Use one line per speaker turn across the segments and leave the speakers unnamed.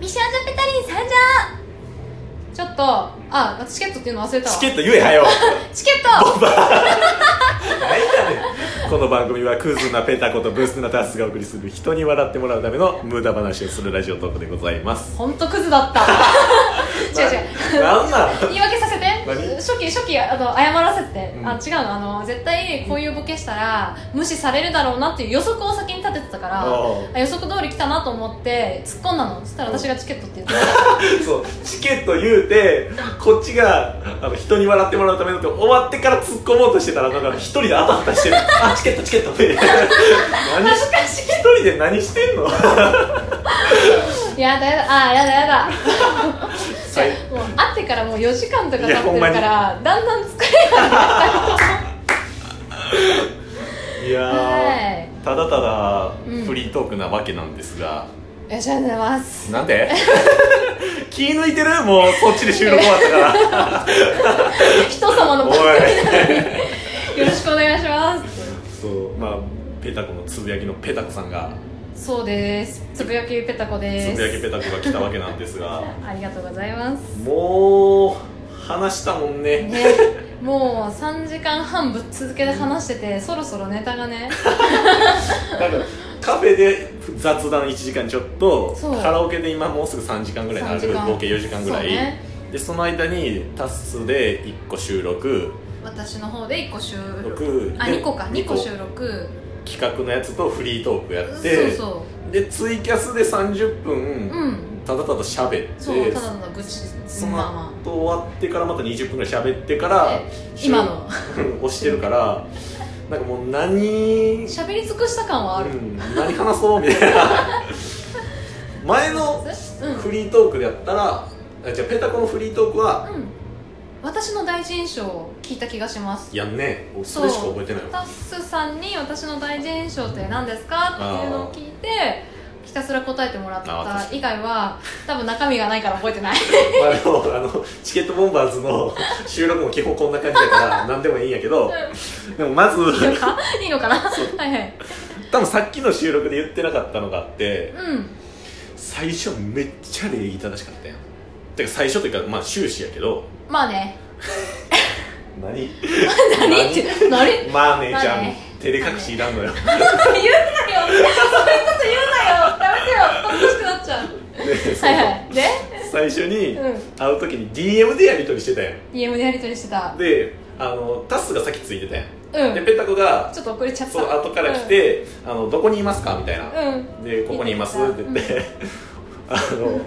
ミッションジャペタリン参上ちょっとあチケットっていうの忘れたわ
チケット言えはよ
チケット
何やねんこの番組はクズなペタコとブスなタスがお送りする人に笑ってもらうための無駄話をするラジオトークでございます
本当クズだった 違う違う
なんなん
言い訳させて
何
初期初期あの謝らせて、
うん
あ違うのあの絶対こういうボケしたら無視されるだろうなっていう予測を先に立ててたから
おう
あ予測通り来たなと思って突っ込んだのそしたら私がチケットって言って
そうチケット言うてこっちがあの人に笑ってもらうためのって終わってから突っ込もうとしてたらなんか一人であたふたしてるあチケットチケットって何
恥
し
ずかし
一人で何してんの
いやだやだあやだ やだ
最
もう会ってからもう4時間とか経って
いやほん
る
ま
か
に
らだんだん疲れ
いやー、
はい
ただただ
うん
フリートークなわけなんですが、
いやじゃあ寝ます
なんで 気抜いてるもうそっちで収録終わったから
人様の
お
番組
い
よろしくお願いします
そうまあペタコのつぶやきのペタコさんが
そうですつぶやきペタコです
つぶやきペタコが来たわけなんです が
ありがとうございます
もう話したもんね
ねもう3時間半ぶっ続けで話しててそろそろネタがね
多分カフェで雑談1時間ちょっと
そう
カラオケで今もうすぐ3時間ぐらいにな
3時
る
間
合計4時間ぐら
そう
い
ね
でその間にタスで1個収録
私の方で1個収録
録
あ
で
2個か2個
二
収録
企画のやつとフリートークやっ
そう
て
そ
でツイキャスで30分、
ううん
ただただ喋って
そうただの愚痴
そ
まあ
の
ま
後終わってからまた20分ぐらい喋ってから
え今の
押してるからなんかもう何
あ喋り尽くした感はある
うん、何話そうみたいな前の
うん
フリートークでやったらあじゃあペタコのフリートークは
うん私の第一印象を聞いた気がします
やんね俺それしか覚えてないわ
タッスさんに私の第一印象って何ですかっていうのを聞いてひたすら答えてもらっ
あー確
た以外は多分中身がないから覚えて ない
まあでもあのチケットボンバーズの 収録も基本こんな感じだから何でもいいんやけどでもまず
いいのかいいのかなはいはい
多分さっきの収録で言ってなかったのがあって
うん
最初めっちゃ礼儀正しかったやんてか最初というかまあ終始やけど
まあね
何
何って何言う
まあねちゃ
まあ
ん
ね
照れ隠しいら んのよ
なよそういうこと言うなよダメだよ恥ずかしくなっちゃう
でそう
はいはいで
最初に
うん
会う時に DM でやり取りしてたやん
DM でやり取りしてた
であのタスが先ついてたやん
うん
でペタコが
ちょっと遅れちゃった
そう後から来て、あの「どこにいますか?」みたいな
うん、うん
「でここにいます」って言っ
言って
て あの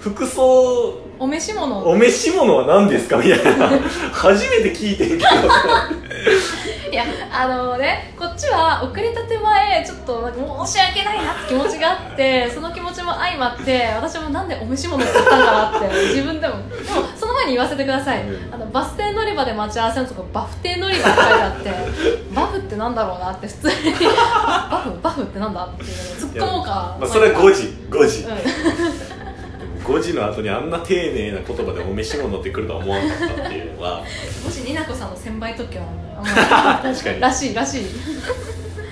服装
お召し物
お召し物は何ですかみたいな初めて聞いてんけど
いやあのねこっちは遅れた手前ちょっとなんか申し訳ないなって気持ちがあ ってその気持ちも相まって私もなんでお召し物買ったんかなって自分でもでもその前に言わせてください、
うん
あのバス停乗り場で待ち合わせのとこバフ停乗り場って書いてあ ってバフってなんだろうなって普通にバフバフってなんだっていうのを突っ込もうか
まあ、それは5時5時、
う
5時の後にあんな丁寧な言葉でお召し物ってくるとは思わなかったっていうのは
ん、もしになこさんの専売特許なんだよ
確かに
らしいらしい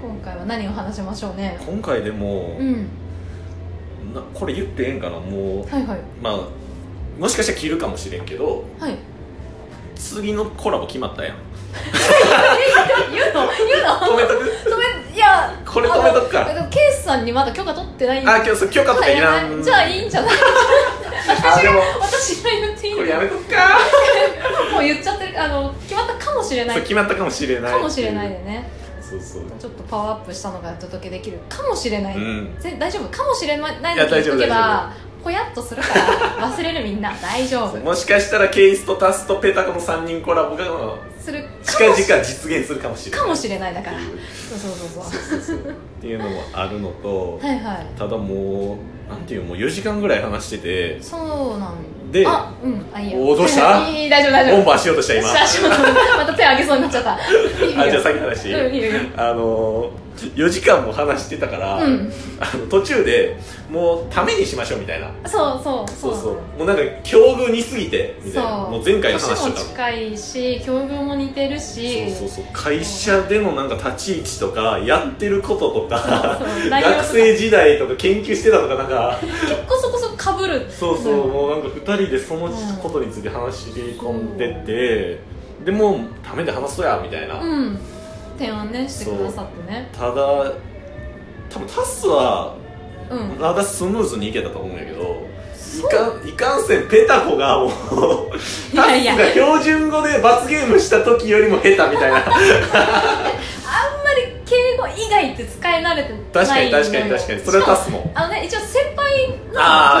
今回は何を話しましょうね
今回でも、
うん
なこれ言ってええんかなもう
はいはい
まあもしかしたら着るかもしれんけど
はい
次のコラボ決まったやん
言うの言うの
止めとく
止めいや
これ止めとくから
あのケースさんにまだ許可取ってないん
あ今日そう許可とかいらん
じゃあいいんじゃない
あでも
私が言っていい
これやめとくか
もう言っちゃってるあの決まったかもしれな
そ
い
う決まったかもしれない
かもしれないでね
そうそう
ちょっとパワーアップしたのがお届けできるかもしれない、
うん
ぜ大丈夫かもしれない
い
の
や
聞いと
大丈夫
けばぽやっとするから忘れるみんな大丈夫
もしかしたらケイスとタスとペタコの3人コラボが
する
近々
かもし
実現するかもしれない
かもしれないだから
っていう
そうそうそうそう
そうそうそうっていうのもあるのと、
はいはい
ただもうなんていうのもう4時間ぐらい話してて
そうなん
で
あうんあいいよ
おどうした
いい大丈夫大丈
オン
夫
バーしようとした今
また手上げそうになっちゃったいいよ
あじゃあ先話
うんいいよいいよ
あのー4時間も話してたから、
うん
あの途中でもうためにしましょうみたいな
そうそう
そうそう
なの
もうなんか境遇似すぎてみたいな
そう
もう前回の話
年
と
も
かも
近いし境遇も似てるし
そうそうそう会社でのなんか立ち位置とかやってることとか
そう内容とか
学生時代とか研究してたとかなんか
結構そこそこかぶる
そうそう、
うん
もうなんか2人でその
うん
ことについて話し込んでて、でもうためで話そうやみたいな、
うん提案ねしてくださってね
ただ多分タスは
うん
まだスムーズにいけたと思うんやけどい
そう
かんいかんせんペタコがもう
いや
タス
いや
が標準語で罰ゲームした時よりも下手みたいな
あんまり敬語以外って使い慣れてないのよ
確かに確かに確かにそれはタスも
あのね一応先輩
あ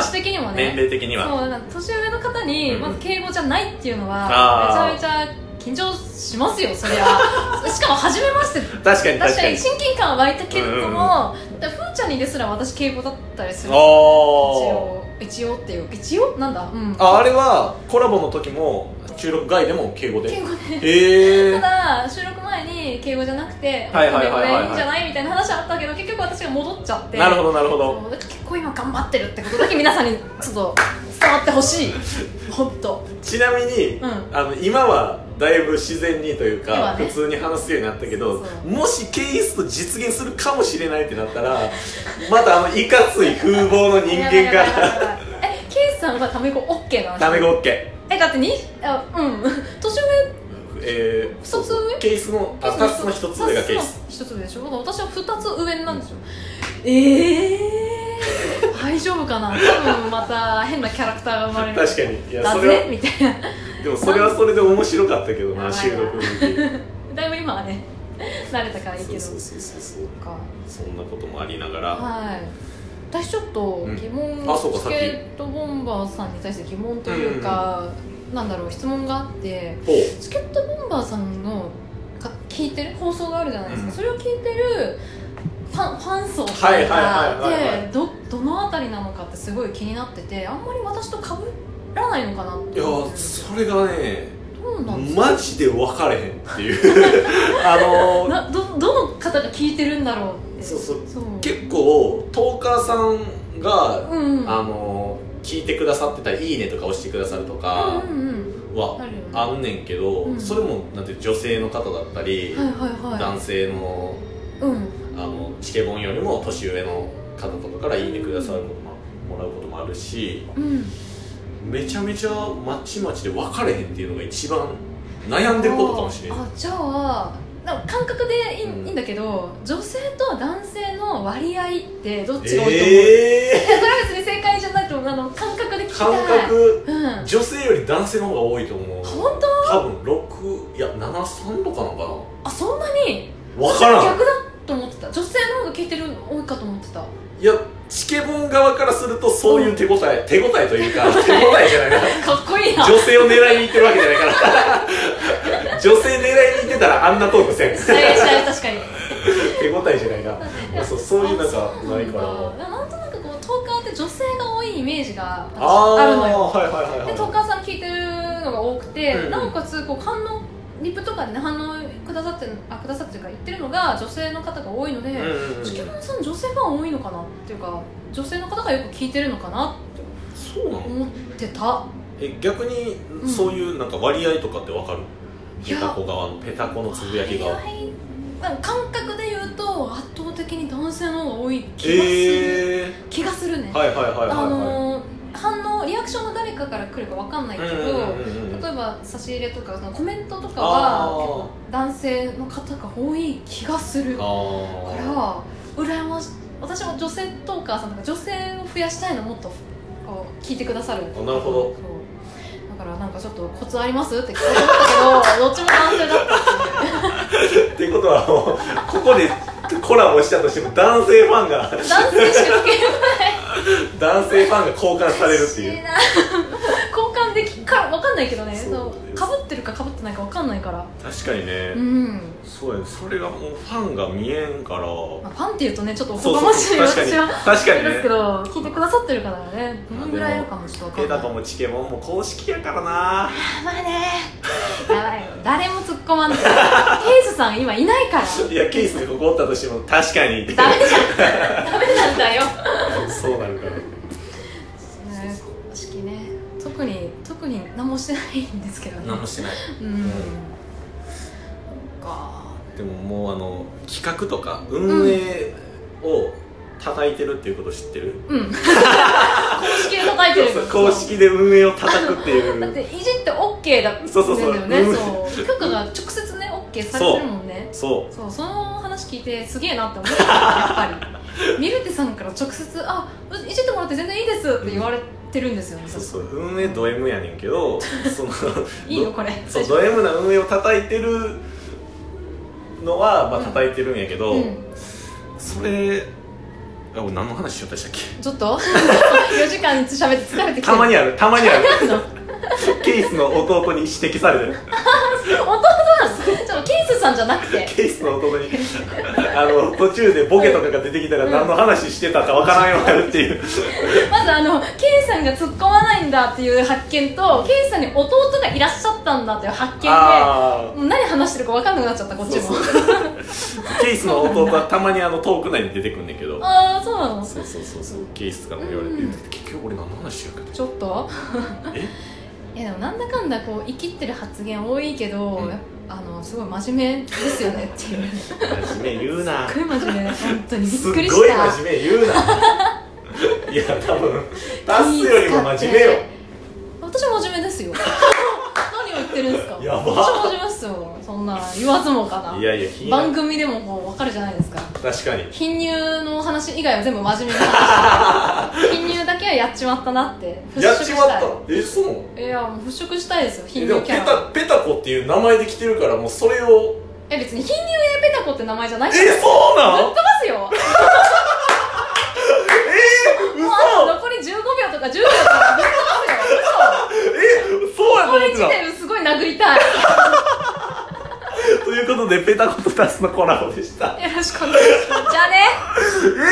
の
ー
年的にも
年
ね
齢的には
そうなんか年上の方に
うん
まず敬語じゃないっていうの
あ
は
ー
めちゃめちゃ緊張しますよそり ゃしかも初めまして
確か
確
に確か
か
に
に親近感は湧いたけれども、でふーちゃんにですら私敬語だったりする一
あ
応一応っていう一応なんだうん
ーああれはコラボの時も収録外でも敬語で
敬語ね
へえー、
ただ収録前に敬語じゃなくて
はいはいはいはいはい
いいんじゃないみたいな話あったけど結局私が戻っちゃって
なるほどなるほど
そうだから結構今頑張ってるってことだけ皆さんにちょっと伝わってほしい本当
ちなみに、
うん
あの今はだいぶ自然にというか、
今ね
普通に話すようになったけど
そうそう
もしケイスと実現するかもしれないってなったら またあのいかつい風貌の人
や ば
間
いやばい
が
やばいやばいえケイスさんはタメ語 OK なの
タメ語 OK
えだってにあうん年上
えー、そうそう
一つ上
ケイスのあタスの一つ上がケイス
一つ上でしょだから私は二つ上なんですよええー、 大丈夫かな多分また変なキャラクターが生まれる
確かにいや
だ
それ
ぜ
は
みたいな
でもそれはそれで面白かったけど
やばい
な
な
収録の時
だいぶ今はね慣れたからいいけ
そう
ど
そうそうそうそう
か
そんなこともありながら
はい私ちょっと疑問、
うんあそうか
スケートボンバーさんに対して疑問というか、なんだろう質問があって
ほう
チケットボンバーさんのか聞いてる放送があるじゃないですか、
うん
それを聞いてるファンファン層と
はいいうはい
か
はいはいはい
でどどの辺りなのかってすごい気になっててあんまり私と被らないのかなっ
い
て
や
思ってるん
ー
ですよ
それがね
どうなんですか
マジで分かれへんっていう あのー
などどの方が聞いてるんだろうって
そうそう
そう
結構トーカーさんが、
うんうん
あのー聞いてくださってたら「いいね」とか押してくださるとか
うんうんうんあ
は
るよね
あんねんけど、
うん
それもなんていう女性の方だったり、
はいはいは
男性の
いうん
あのチケボンよりも年上の方とかから「いいね」くださることももらうこともあるし
うん
めちゃめちゃまちまちで分かれへんっていうのが一番悩んでることかもしれない
あじゃあなんか感覚でいい,、
うん
ん、だけど女性と男性の割合ってどっちが多いと思う、
ええー
いやこれは別に正解じゃないと思うあの感覚で聞きたい
感覚
うん
女性より男性の方が多いと思う
本当
多分六いや七三とかなのか
あそんなに
な分からん
逆だと思ってた女性の方が聞いてるの多いかと思ってた
いやチケボン側からするとそういう手応え、手応えとい うか手応えじゃないな
かっこいいな
女性を狙いに行ってるわけじゃないか ら女性狙いに行ってたらあんなトークせん
したいしたい確かに
手応えじゃないなそうそういうなんかないから
そうなんだなんとなくこうトーカーって女性が多いイメージが私
あー
あるのよ
はいはいはい
でトー
は
カーさん聞いてるのが多くて、
うんうん
なおかつこう反応リップとかで、ね、反応くださってるあくださってるから言ってるのが女性の方が多いので、
いうんうん
チケモンさん女性が多いのかなっていうか女性の方がよく聞いてるのかなって
そうなの
思ってた
え逆に
うん
そういうなんか割合とかって分かる、
い
ペ
や
タコ側のペタコのつぶやき側
割合まあ感覚で言うと圧倒的に男性の方が多い気がする、
ええ
気がするね、
はいはいはいはいはい
あのー反応リアクションが誰かから来るかわかんないけど、
うんうんうんうん
例えば差し入れとかそのコメントとか
あ
は
ー
男性の方が多い気がするか
あ
ら羨まし私も女性トーカーさんとか女性を増やしたいのもっとこう聞いてくださるな
あなるほど
だからなんかちょっとコツありますって聞かれたけどどっちも男性だった
ーってことはもうここでコラボしたとしても男性ファンが
男性しか聞け
男性ファンが交換されるっていう
しな交換できっから分かんんないけどね
そう
そうかぶってるかかぶってないかわかんないから
確かにね、
うん、
そうやねそれがもうファンが見えんから
まあ、ファンっていうとねちょっとおこ
そう
が
そう
まし
そ
いう
確かに
私は
確か
あれ
に
ですけ
ね
ど聞いてくださってるからねどのぐらいいるかもちょっと
ペ
分か
タ
んな
と
い
もチケももう公式やからな
まあねやばいよ誰も突っ込まんってケイスさん今いないから
いやケースでここおったとしても確かにって
ダメじゃんダメなんだよ
そうなるから
ね公式ね特に特に何もしてないんですけどね
何もしてない
うんそっか
でももうあの企画とか運営を叩いてるっていうこと知ってる、
うん公式で叩いてる
そう公式で運営を叩くってい う
だっていじって OK だ
そうそうそう
なんだよね
う
そう許可が直接ね OK されてるもんね
そ
そうその話聞いてすげえなって思ったやっぱ りミルテさんから直接「あういじってもらって全然いいです」って言われてるんですよね
うそうそう運営ド M やねんけどその
いいのこれ
そ
大
う
丈夫
ド M な運営を叩いてるのはまあ叩いてるんやけど、
うん
それあ俺何の話しようとしたっけ
ちょっと4時間喋って疲れてきて
たま
に
にあるたまにあるケイスの弟に指摘され てる
弟なんですちょっとケイスさんじゃなくて
ケースの弟にあの途中でボケとかが出てきたら何の話してたかわからんようになるっていう
まずあのケイさんが突っ込まないんだっていう発見とケイさんに弟がいらっしゃったんだっていう発見で
あ
もう何話してるか分かんなくなっちゃったこっちも
そう ケースの弟はたまにあのトーク内に出てくんねんけど
ああそうなの
そうそうそうそうケースとかも言われて、
うん
結局俺何の話しようか
ちょっと
とえ
いやでもなんだかんだこう生きってる発言多いけど、
うん
やっぱあのすごい真面目ですよ ねっていうすっ
真面目言うな
ごい真面目本当にびっ
すっ
く
ごい
りした
真面目言う ないや多分タッスよりも真面目よ
私も真面目ですよ 何を言ってるんですか
やば
私も真面目ですよそんな言わずもかない
やいやひ
番組でもこう分かるじゃないですか
確かに
貧乳の話以外は全部真面目な話 してる貧乳だけはやっちまったなって
やっちまった
い
えそう
いやもう払拭したいですよ
え
貧
でも
乳キ
ペ
ャラ
タペタコっていう名前で来てるからもうそれを
え別に貧乳エペタコって名前じゃない
え
から
そうな
ぶっ
ん
飛ばすよ
え
もうあと
嘘
残り15秒とか10秒とかぶっ飛ばすよ
えそうや
嘘
と
こ
思っ
れ
て
時点すごい殴りたい
たということでペタコとタスのコラボでした
よろしくお願いしますじゃあね
え